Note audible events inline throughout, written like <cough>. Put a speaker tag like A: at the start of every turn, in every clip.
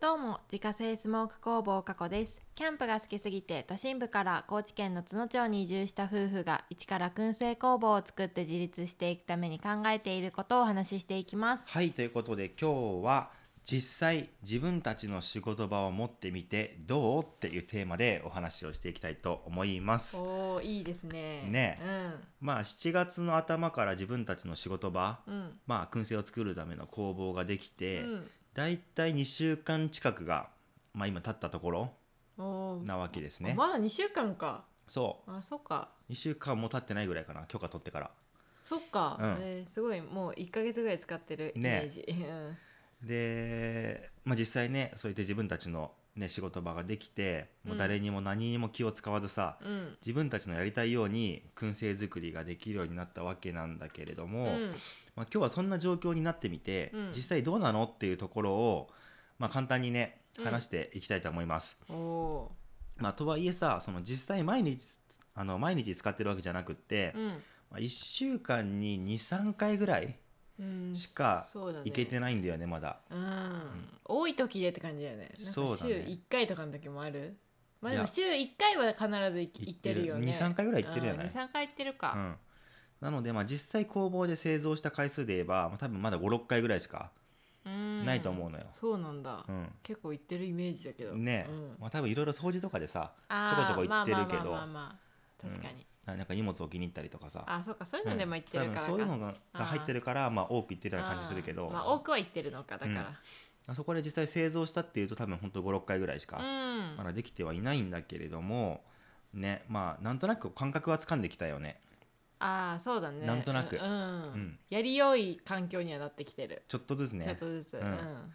A: どうも自家製スモーク工房加古ですキャンプが好きすぎて都心部から高知県の津野町に移住した夫婦が一から燻製工房を作って自立していくために考えていることをお話ししていきます
B: はいということで今日は実際自分たちの仕事場を持ってみてどうっていうテーマでお話をしていきたいと思います。
A: おーいいですね
B: ねまあ7月の頭から自分たちの仕事場、
A: うんうん
B: まあ燻製を作るための工房ができて、
A: うん
B: だいたい2週間近くがまあ今経ったところ
A: おー
B: なわけですね。
A: まだ2週間か
B: そ
A: あそっか
B: う2週間も経ってないぐらいかな許可取ってから。
A: そっか、
B: うん
A: えーすごいもう1か月ぐらい使ってるイメ
B: ね
A: ージ、うん
B: で、まあ、実際ねそうやって自分たちの、ね、仕事場ができてもう誰にも何にも気を使わずさ、
A: うん
B: 自分たちのやりたいように燻製作りができるようになったわけなんだけれども、
A: うん
B: まあ、今日はそんな状況になってみて、
A: うん
B: 実際どうなのっていうところを、まあ、簡単にね
A: うん
B: 話していきたいと思います。
A: お
B: まあ、とはいえさその実際毎日あの毎日使ってるわけじゃなくって
A: ー、うん
B: まあ、1週間に23回ぐらい
A: うん、
B: しか
A: そうだね
B: いけてないんだよねまだ。
A: うん、多い時でって感じだよねなん
B: そ
A: か
B: うだ
A: 週
B: ね
A: 1回とかの時もあるまあで
B: い
A: も
B: や
A: 週1回は必ずい行ってるよね
B: 行ってる23回ぐらい行ってるじゃない
A: 23回行ってる
B: う
A: か
B: んなので、まあ、実際工房で製造した回数で言えば、まあ、多分まだ56回ぐらいしか
A: うん
B: ないと思うのよ。
A: そうなんだ、
B: うん
A: 結構行ってるイメージだけど
B: ね
A: うん
B: まあ、多分いろいろ掃除とかでさ
A: あ
B: ちょこちょこ行ってるけ
A: ーま
B: ど
A: あまあまあまあまあ確かに、
B: ななんか荷物置きに行ったりとかさ
A: あそうかそういうのでも行ってるからか、
B: うん多分そういうのがが入ってるからまあ、多く行ってるような感じするけ
A: あ
B: ど
A: ーまあ多くは行ってるのかだから
B: あそこで実際製造したっていうと多分ほんと56回ぐらいし
A: う
B: か
A: ん
B: まだできてはいないんだけれども、ねまあなんとなく感覚はつかんできたよね
A: ああそうだね
B: なんとなく
A: うん、うん
B: うん
A: やりよい環境にはなってきてる、
B: ちょっとずつ
A: ちょっ
B: ね
A: とずつ、
B: うん
A: うん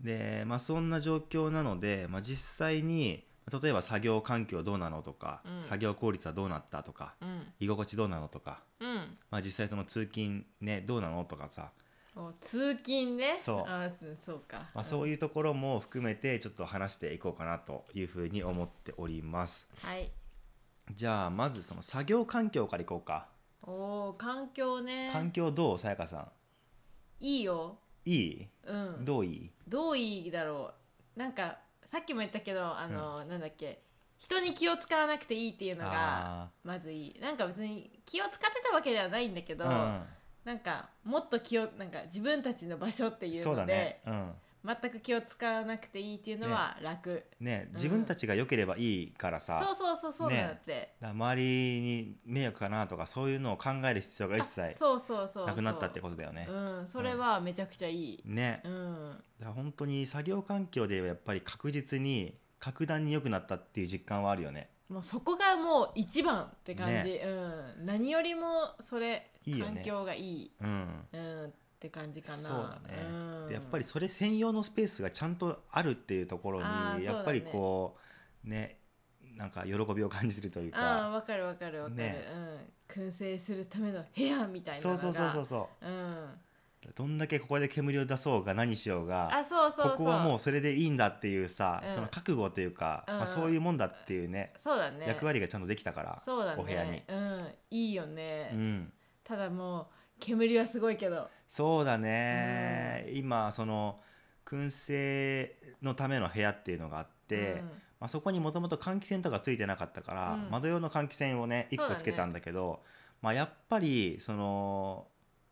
B: でまあそんな状況なので、まあ、実際に例えば作業環境どうなのとか、
A: うん
B: 作業効率はどうなったとか
A: うん
B: 居心地どうなのとか、
A: うん
B: まあ、実際その通勤ねどうなのとかさ、
A: お通勤ね
B: そう
A: あーそうか、
B: まあ、そう
A: い
B: いうところも含めてちょっと話していこうかなというふうに思っております
A: うんはい
B: じゃあまずその作業環境からいこうか
A: おー環境ね
B: 環境どうさやかさ
A: いいよ
B: んいい
A: うん
B: どういい
A: どういいだろうなんかさっきも言ったけどあの、なんだっけ人に気を使わなくていいっていうのが
B: あ
A: まずいいなんか別に気を使ってたわけではないんだけど、
B: ー
A: なんかもっと気をなんか自分たちの場所って
B: うん
A: いう
B: そう
A: の
B: だ
A: で
B: ねうん
A: 全く気を使わなくていいっていうのは楽、
B: ね
A: ん
B: 自分たちが良ければいいからさ、
A: そうそうそうそうなんだって、
B: だから周りに迷惑かなとかそういうのを考える必要が一
A: あ
B: 切
A: そうそうそう
B: なくなったってことだよね
A: うんそれはめちゃくちゃいい
B: ね
A: う
B: だか
A: ん
B: ら本当に作業環境で言えばやっぱり確実に格段に良くなったっていう実感はあるよね
A: もうそこがもう一番って感じ、
B: ね
A: うん、何よりもそれ
B: いいよね
A: 環境がいい、
B: うん
A: うん、って感じかな
B: そうだね
A: うん
B: でやっぱりそれ専用のスペースがちゃんとあるっていうところ
A: あー
B: にやっぱりこうねなんか喜びを感じるという
A: ああ
B: か
A: わかるわかるわかる、
B: ね
A: うん、燻製するための部屋みたいなの
B: そう
A: が
B: そうそうそうそ
A: うん、
B: うどんだけここで煙を出そうが何しようが
A: あそうそうそう
B: ここはもうそれでいいんだっていうさ、
A: うん
B: その覚悟というか、
A: うん
B: まあ、そういうもんだっていうね
A: そうだね
B: 役割がちゃんとできたから
A: そうだね
B: お部屋に、
A: うん、いいよね、
B: うん、
A: ただもう煙はすごいけど
B: そうだね、今その燻製のための部屋っていうのがあって、
A: うん
B: まあ、そこにもともと換気扇とかついてなかったから、
A: うん
B: 窓用の換気扇をね
A: そうだ
B: 1
A: ね
B: 個つけたんだけどまあ、やっぱりその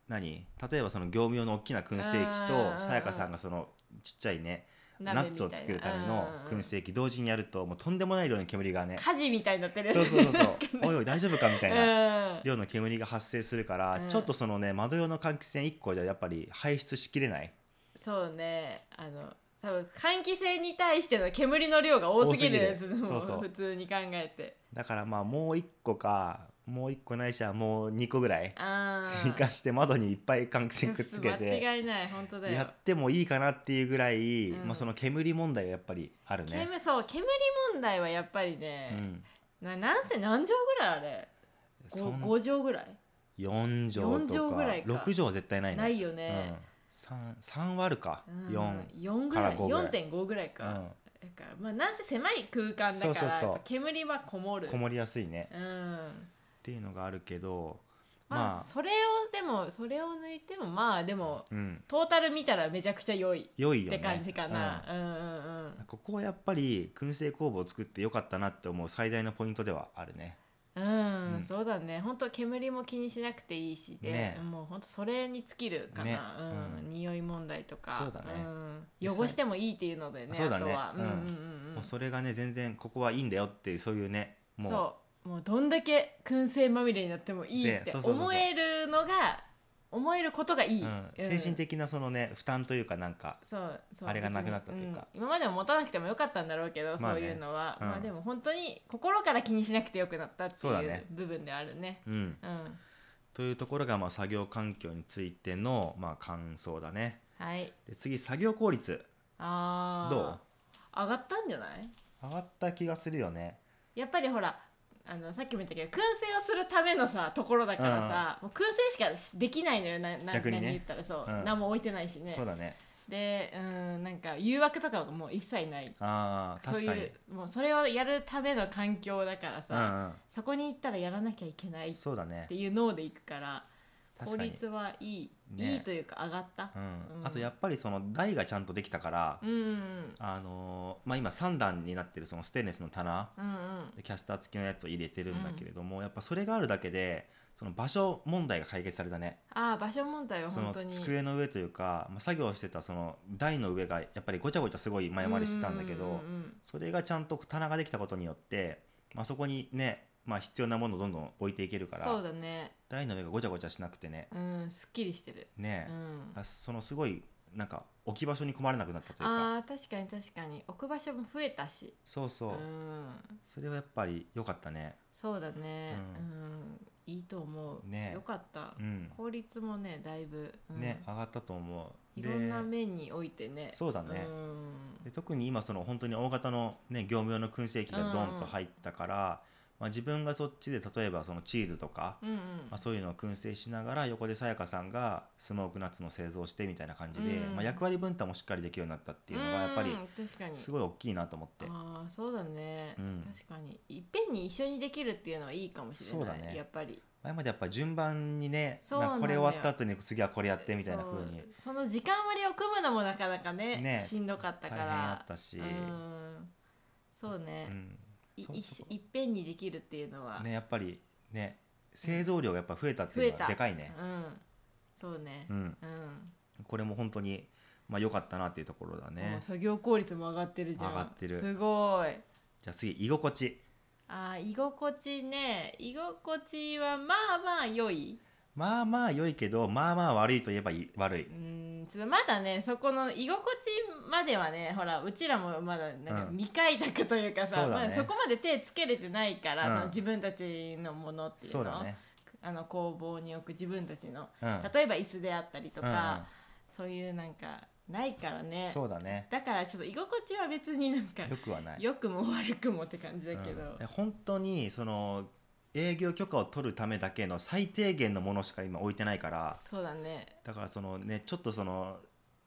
B: 何例えばその業務用の大きな燻製
A: う
B: 機
A: んうんうん
B: とさやかさんがそのちっちゃいねナッツを作るための燻製機同時にやるともうとんでもない量の煙
A: <laughs>
B: がね
A: 火事みたいになってる
B: そうそうそうそ
A: な
B: うん
A: <laughs> かね
B: おいおい大丈夫かみたいな
A: うん
B: 量の煙が発生するから、
A: うん
B: ちょっとそのね窓用の換気扇1個じゃやっぱり排出しきれない
A: そうねあの多分換気扇に対しての煙の量が多すぎるやつ
B: 多すぎる
A: も
B: そうそう
A: 普通に考えて
B: だからまあもう1個かもう1個ないしはもう2個ぐらい
A: ああ
B: 追加して窓にいっぱい換気扇くっつけて
A: 間違いない本当だよ
B: やってもいいかなっていうぐらい、
A: うん
B: まあ、その煙問題がやっぱりあるね。
A: 煙そう煙問題はやっぱり
B: う
A: ね、
B: ん、
A: な何せ何畳ぐらいあれ
B: そ
A: 5,
B: ん
A: 五畳ぐらい
B: 4
A: 四
B: 畳と
A: 畳ぐ
B: から
A: いか
B: 6畳は絶対ないね。
A: ないよ
B: うん
A: ね、、
B: 3, 3割るか、
A: うん
B: 4、
A: 四ぐ
B: からら
A: い
B: 五ぐらい
A: 4.5ぐらい
B: うん
A: か、だからまあなんせ狭い空間だから
B: そうそうそう
A: やっぱ煙はこもる
B: こもりやすいね、
A: うん
B: っていうのがあるけど
A: まあ、
B: まあ、
A: それをでもそれを抜いてもまあでも
B: うん、
A: トータル見たらめちゃくちゃ良い
B: 良い
A: っ
B: よ
A: て
B: ね。
A: 感じかな。うんうんうん
B: ここはやっぱり燻製工房を作ってよかったなって思う最大のポイントではあるね
A: うん、
B: うん
A: そうだね本当煙も気にしなくていいしで、
B: ね
A: もう本当それに尽きるかな、
B: ね
A: うん
B: うん
A: 匂い問題とか
B: そうだね
A: うん、汚してもいいっていうのでね
B: そうだね
A: あとは、
B: うん
A: うんうんうん
B: もうそれがね全然ここはいいんだよっていうそういうねもう
A: そうもうどんだけ燻製まみれになってもいいっ
B: ね
A: て
B: そうそうそうそう
A: 思えるのが思えることがいい、
B: うん
A: うん
B: 精神的なそのね負担というかなんか
A: そうそう
B: あれがなくなったというか
A: 別にん今までも持たなくてもよかったんだろうけど、
B: まあね
A: そういうのは、
B: うん
A: まあでも本当に心から気にしなくてよくなったって
B: そうだ
A: いう
B: ね
A: 部分ではあるね
B: うん
A: うん
B: というところがまあ作業環境についてのまあ感想だね
A: はい
B: で次作業効率
A: ああ
B: ど
A: 上がったんじゃない
B: 上がった気がするよね
A: やっぱりほらあのさっきも言ったけど燻製をするためのさところだからさ、もう燻製しかできないのよなな
B: 逆にね
A: 何言ったらそう、
B: うん
A: 何も置いてないしね
B: そうだね
A: でうんなんか誘惑とかはもう一切ない
B: あー
A: そう
B: 確かに
A: いうもうそれをやるための環境だから
B: う
A: さ、
B: ん
A: そこに行ったらやらなきゃいけな
B: う
A: い
B: ん
A: っ
B: そうだね
A: ていう脳で行くから効
B: 確かに
A: 率はいい、
B: ね
A: いいというか上がった
B: う、
A: うんん
B: あとやっぱりその台がちゃんとできたから
A: うん、うん
B: あのーまあ今3段になってるそのステンレスの棚
A: うんうん
B: でキャスター付きのやつを入れてるんだけれどもやっぱそれがあるだけでその場所問題が解決されたね
A: ああ場所問題は
B: そ
A: 本
B: の
A: 当に
B: 机の上というか、まあ、作業してたその台の上がやっぱりごちゃごちゃすごい前回りしてたんだけ
A: うう
B: ど
A: うんうん
B: それがちゃんと棚ができたことによって、まあ、そこにね、まあ、必要なものをどんどん置いていけるか
A: そう
B: ら
A: だね
B: 台の上がごちゃごちゃしなくてね
A: うんすっきりしてる、
B: ね
A: う、ん、
B: あそのすごいなんか置き場所に困らなくなったというか
A: あー確かに確かに置く場所も増えたし
B: そうそう、
A: ん、
B: それはやっぱり良かったね
A: そうだね
B: う
A: うん、いいと思う、
B: ね
A: よかった、
B: うん
A: 効率もねだいぶ、うん
B: ね、上がったと思う
A: いろんな
B: で
A: 面においてね
B: そうだね、
A: うん
B: で特に今その本当に大型の、ね、業務用の燻製機がドンと入ったから、まあ、自分がそっちで例えばそのチーズとか、
A: うんうん
B: まあ、そういうのを燻製しながら横でさやかさんがスモークナッツの製造をしてみたいな感じで、
A: うん
B: まあ、役割分担もしっかりできるようになったっていうのがやっぱり
A: うん確かに
B: すごい大きいなと思って、
A: ああそうだね、
B: うん
A: 確かにいっぺんに一緒にできるっていうのはいいかもしれ
B: そう
A: な
B: だ
A: い、
B: ね
A: やっぱり
B: 前までやっぱ順番にね
A: そうなんだ
B: な
A: よ
B: んかこれ終わった後に次はこれやってみたいな風に
A: そうその時間割を組むのもなかなかね
B: ね
A: しんどかった
B: 大
A: か
B: 変
A: ら
B: だったし、
A: うんそうね、
B: うん
A: い
B: そう
A: 一緒いっぺんにできるっていうのは、
B: ね、やっぱりね製造量がやっぱ増えたって
A: 増
B: い
A: え
B: うの
A: た
B: はでかいね、
A: うん、そうね
B: うん、
A: うん、
B: これも本当にまあ良かったなっていうところだ
A: も
B: ね
A: う作業効率も上がってるじゃん
B: 上がってる
A: すごい
B: じゃあ次居心地
A: あー居心地ね居心地はまあまあ良い、
B: まあまあ良いけどまあまあ悪いといえばい悪いう
A: ーんちょっとまだねそこの居心地まではねほらうちらもまだなんか
B: うん
A: 未開拓というかさ、
B: そうだね
A: まだそこまで手つけれてないから、
B: うん
A: その自分たちのものっていうの
B: そうだね
A: あの工房に置く自分たちの
B: うん
A: 例えば椅子であったりと
B: うん
A: か、そういうなんかないから
B: う
A: ね
B: んそうだね
A: だからちょっと居心地は別になんか
B: よくはない
A: 良くも悪くもって感じだけど、
B: うんで本当にその営業許可を取るためだけの最低限のものしか今置いてないから
A: そうだね
B: だからそのねちょっとその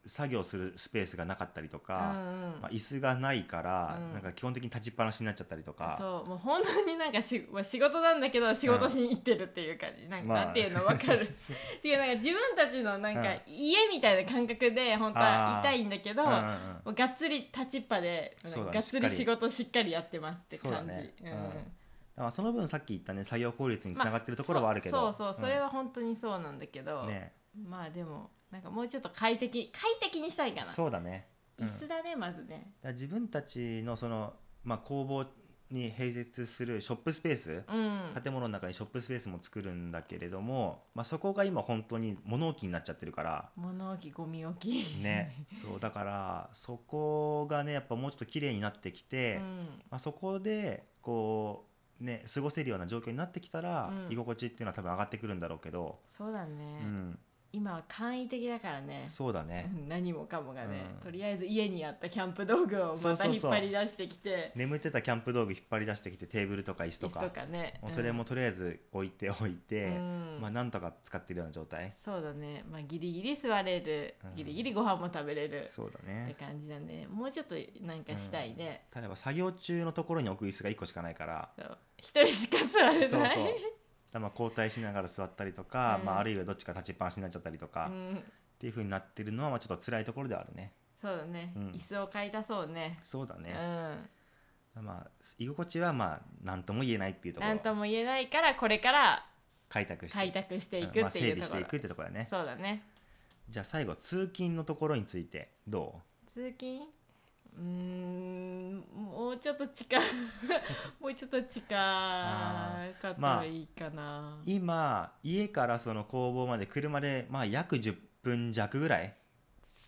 B: 作業するスペースがなかったりと
A: うん
B: か、
A: うん
B: まあ、椅子がないから、
A: うん
B: なんか基本的に立ちっぱなしになっちゃったりとか
A: そうもう本当になんかし、まあ、仕事なんだけど仕事しに行ってるっていう感じ、なんかなんていうの分か
B: <laughs>
A: る違うなんか自分たちのなんか家みたいな感覚で本当は
B: あー
A: いたいんだけど、
B: うんうん
A: も
B: うん
A: うがっつり立ちっぱで、
B: そうだね
A: がっつ
B: しっか
A: り
B: り
A: 仕事しっかりやってますって感じ
B: そうだねうんまあ、その分さっき言ったね作業効率につながってるところはあるけど、
A: まあそうそうそうそれは本当にそうなんだけど、
B: うんね
A: まあでもなんかもうちょっと快適快適にしたいかな
B: そうだねうん
A: 椅子だねまずね
B: だから自分たちのその、まあ、工房に併設するショップスペース、
A: うん
B: 建物の中にショップスペースも作るんだけれども、まあ、そこが今本当に物置になっちゃってるから
A: 物置ゴミ置き
B: ね
A: <laughs>
B: そうだからそこがねやっぱもうちょっと綺麗になってきて、
A: うん
B: まあ、そこでこうね過ごせるような状況になってきたら、
A: うん
B: 居心地っていうのは多分上がってくるんだろうけど、
A: そうだね、
B: うん、
A: 今は簡易的だからね
B: そうだね、
A: うん何もかもがね、
B: うん
A: とりあえず家にあったキャンプ道具をまた
B: そうそうそう
A: 引っ張り出してきて
B: 眠ってたキャンプ道具引っ張り出してきてテーブルとか椅子と
A: 椅
B: か
A: 子とかね
B: もうそれもとりあえず置いておいて、
A: うん
B: まあなんとか使ってるような状態
A: そうだね、まあ、ギリギリ座れる、
B: うん
A: ギリギリご飯も食べれる
B: そうだ
A: って
B: ね
A: 感じだねもうちょっとなんかしたいね、
B: 例えば作業中のところに置く椅子が1個しかないから
A: そう一人しか座れない
B: そうそうだからまあ交代しながら座ったりとか、
A: うん
B: まあ、あるいはどっちか立ちっぱなしになっちゃったりとか、
A: <laughs> う
B: っ
A: ん
B: ていう風になってるのはまあちょっと辛いところではあるね
A: そうだね、
B: うん
A: 椅子を買いたそうね
B: そうだね、
A: うん
B: まあ居心地はまあ何とも言えないっていうところ
A: 何とも言えないからこれから
B: 開拓して
A: 開拓していくっていう
B: うんまあ整備
A: と
B: し
A: こ
B: て
A: ろ、
B: いくってところだね
A: そうだね
B: じゃあ最後通勤のところについてど
A: 通勤うーんもうちょっと近
B: <laughs>
A: いもうちょっと近かった
B: まあ
A: らいいかな、
B: う今家からその工房まで車でまあ約10分弱ぐらい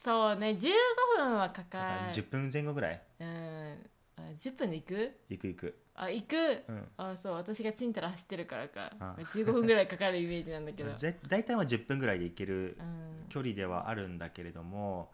A: そうね15分はかかる
B: 10分前後ぐらい
A: うんあ10分で行く
B: 行く行く
A: あ行く
B: うん
A: あそう私がチンタラ走ってるからか
B: あ
A: 15分ぐらいかかるイメージなんだ
B: <laughs>
A: けど、
B: ぜ大体は10分ぐらいで行ける
A: うん、
B: 距離ではあるんだけれども、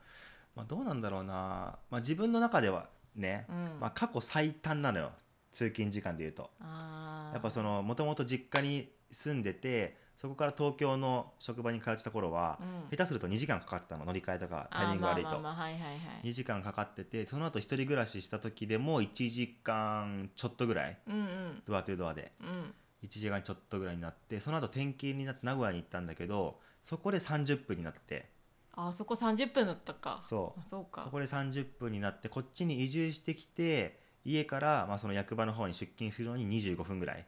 B: まあ、どうなんだろうな、まあ、自分の中ではね、
A: うん
B: まあ、過去最短なのよ通勤時間でいうと
A: あー
B: やっぱそのもともと実家に住んでてそこから東京の職場に通ってた頃は、
A: うん
B: 下手すると2時間かかってたの乗り換えとかタイミング悪いと、
A: あーまあまあまあはいはいはい
B: 2時間かかっててその後一人暮らしした時でも1時間ちょっとぐらい
A: うんうん
B: ドアトゥドアで
A: うん
B: 1時間ちょっとぐらいになってその後転勤になって名古屋に行ったんだけどそこで30分になって
A: あそこ30分だったか
B: そう
A: あそうか
B: そこで30分になってこっちに移住してきて家から、まあ、その役場の方に出勤するのに25分ぐらい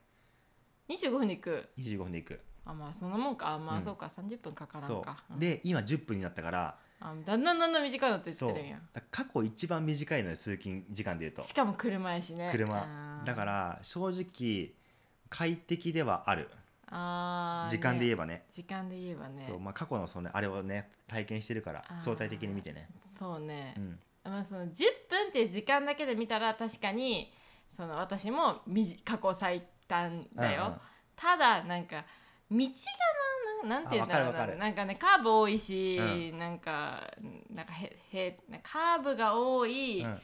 A: 25分で行く
B: 25分で行く
A: あまあそんなもんかあま
B: う
A: あ
B: ん
A: そうか、30分かからん
B: そ
A: か、う
B: うんで今10分になったから
A: あだんだんだんだん短くなっていっ
B: そう
A: てるんや
B: だから過去一番短いのよ通勤時間でいうと
A: しかも車やしね
B: 車
A: あー
B: だから正直快適ではある
A: あー
B: 時間で言え
A: ね
B: ばね
A: 時間で言えばね
B: そうまあ、過去のそのあれをね体験してるから
A: あー
B: 相対的に見てね、
A: そうね
B: う、ん、
A: まあ、その10分っていう時間だけで見たら確かにその私もみじ過去最短だよ、
B: うんうん
A: ただなんか道がなななんて言うんだろう
B: あわか
A: な
B: るわかる
A: なんかねカーブ多いし、なんかなんかへへなんかカーブが多い、
B: うん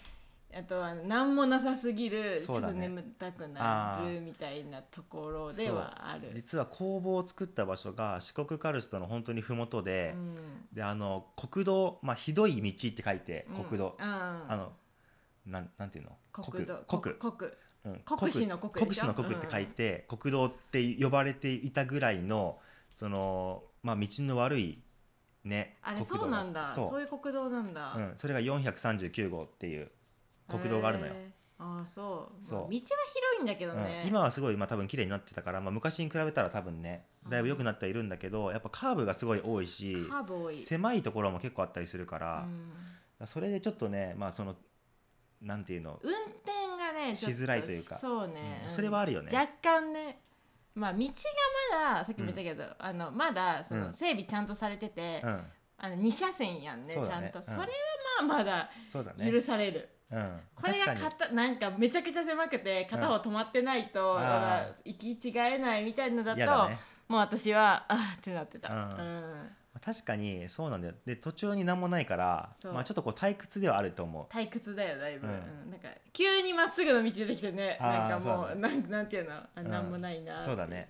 A: あとは何もなさすぎる、ちょ
B: そう
A: っと
B: だね
A: 眠たく
B: あ
A: なる
B: ー
A: みたいなところではある。
B: 実は工房を作った場所が四国カルストの本当に麓
A: う
B: で、
A: ん
B: であの国道、まあ、ひどい道って書いて
A: うん
B: 国道、
A: うん
B: あのなんなんていうの
A: 国道
B: 国
A: 国国
B: うん
A: 国士の国でしょ
B: 国士の国って書いて、国道って呼ばれていたぐらいのその、まあ、道の悪いね
A: あれ
B: 国道
A: そうなんだ
B: そ
A: そうういう国道なんだ、
B: うん、それが439号っていう国道があるのよ、
A: へーああそう
B: そう
A: まあ道は広いんだけどね、
B: うん、今はすごい、まあ、多分綺麗になってたから、まあ、昔に比べたら多分ねだいぶ良くなってはいるんだけどやっぱカーブがすごい多いし
A: カーブ多い、
B: 狭いところも結構あったりするから,、
A: うん
B: それでちょっとねまあそのなんていうの、
A: 運転がねちょっ
B: しづらいというか
A: そうね、
B: うん
A: うん
B: それはあるよね。
A: 若干ねまあ道がまださっきも言ったけど、あのまだそうの
B: ん
A: 整備ちゃんとされてて、
B: うん、
A: あの2車線やんね
B: そう
A: ち
B: だ
A: ゃ
B: ね
A: んと、
B: うん
A: それはまあまだ
B: そうだね。
A: 許される、
B: うん、
A: これが
B: 確か
A: 片なんかめちゃくちゃ狭くて片方止まってないと、
B: うん
A: だから
B: あー
A: 行き違えないみたいのだ
B: に
A: と
B: 嫌だね。
A: もう私はあーってなってた、
B: うん
A: うん
B: 確かにそうなんだよ。で途中に何もないから
A: そう
B: まあちょっとこう退屈ではあると思
A: 退屈だよだいぶ、
B: うん
A: うんなんか急にまっすぐの道出てきてねな
B: あー
A: んかもう
B: そう
A: なんなんていうのあ、
B: ん。
A: なんもないうな
B: そうだね。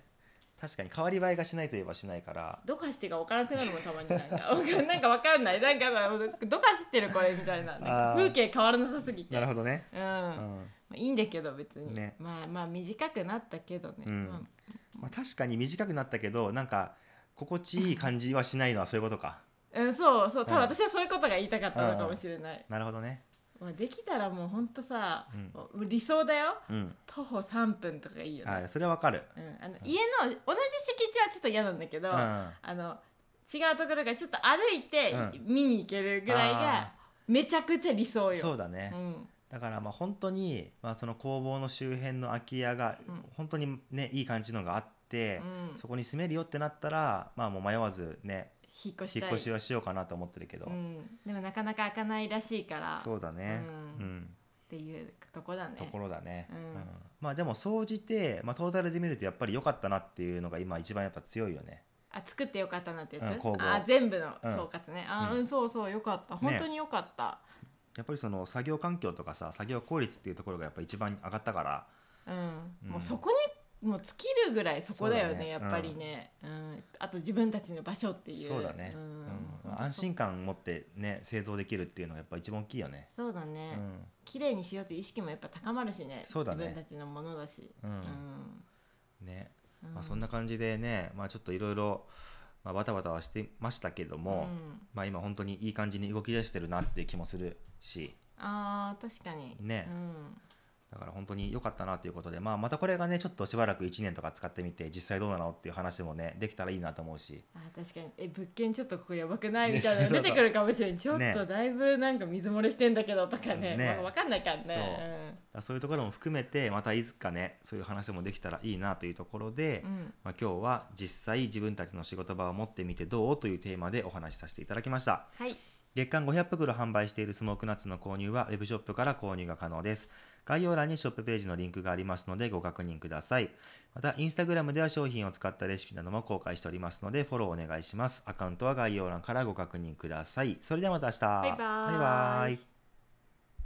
B: 確かに変わり映えがしないといえばしないから。
A: どかしてが分からなくなるもんたまになんかわかんなんか分かんないなんかどかしてるこれみたいななんか
B: あー
A: 風景変わらなさすぎて
B: なるほどね。
A: うん
B: う
A: ま
B: ん。
A: あ、いいんだけど別に、
B: ね
A: まあまあ短くなったけどね、
B: うん
A: ま
B: まあ確かに短くなったけどなんか心地いい感じはしないのはそういうことか。
A: あうん、そうそう多分
B: うん
A: 私はそういうことが言いたかったのかもしれない、
B: なるほどね。
A: まあ、できたらもうほんとさ
B: うん、
A: もう理想だよ
B: うん。
A: 徒歩3分とかがいいよね、
B: はい、それはわかる。
A: うん、あの家の同じ敷地はちょっと嫌なんだけど、
B: うん。あ
A: あの違うところからちょっと歩いて
B: う
A: 見に行けるぐらいが
B: あ
A: めちゃくちゃ理想
B: ー
A: よ。
B: そうだね。
A: うん
B: だからまあ本当にまあその工房の周辺の空き家が
A: うん
B: 本当にねいい感じのがあって、
A: うん
B: そこに住めるよってなったらまあもう迷わずね
A: 引っ越し
B: 引った越
A: い
B: しはしようかなと思ってるけど、
A: うん、でもなかなか開かないらしいから
B: そうだね、
A: う
B: うんん
A: っていうとこだね。
B: ところだね、
A: うん
B: まあでも総じて、まあ、トータルで見るとやっぱり良かったなっていうのが今一番やっぱ強いよね
A: あ作ってよかったなってや
B: うん
A: つ、
B: 工房
A: あ全部の
B: うん
A: 総括ね、あ
B: うん
A: うんそうそうよかった本当によかった、
B: やっぱりその作業環境とかさ作業効率っていうところがやっぱ一番上がったから
A: う、
B: うんん
A: もうそこにもう尽きるぐらいそこだよね
B: そうだね
A: やっぱりね、うんあと自分たちの場所っていう
B: そうだね、
A: う
B: うんん
A: ほんとそ
B: 安心感持ってね製造できるっていうのがやっぱ一番大きいよね、
A: そうだね、綺麗にしようという意識もやっぱ高まるしね
B: そうだね
A: 自分たちのものだし、
B: うん
A: うん
B: うん、ね
A: う
B: まあ、そんな感じでね、まあ、ちょっといろいろまあ、バタバタはしてましたけども、
A: うん
B: まあ、今本当にいい感じに動き出してるなっていう気もするし
A: あー確かに
B: ね
A: うん
B: だから本当に良かったなということで、まあ、またこれがねちょっとしばらく1年とか使ってみて実際どうなのっていう話もねできたらいいなと思うし
A: あー確かにえ物件ちょっとここやばくないみたいな
B: ね
A: の
B: そうそ
A: 出
B: う
A: てくるかもしれんちょっ
B: ね
A: とだいぶなんか水漏れしてんだけどとかね
B: ね
A: まあ、わかんないからね
B: だからそういうところも含めてまたいつかねそういう話もできたらいいなというところで、
A: う、ん、
B: まあ、今日は実際自分たちの仕事場を持ってみてどうというテーマでお話しさせていただきました。
A: はい
B: 月間500袋販売しているスモークナッツの購入は Web ショップから購入が可能です。概要欄にショップページのリンクがありますのでご確認ください。また、インスタグラムでは商品を使ったレシピなども公開しておりますのでフォローお願いします。アカウントは概要欄からご確認ください。それではまた明日。
A: バイバーイ
B: バイバーイ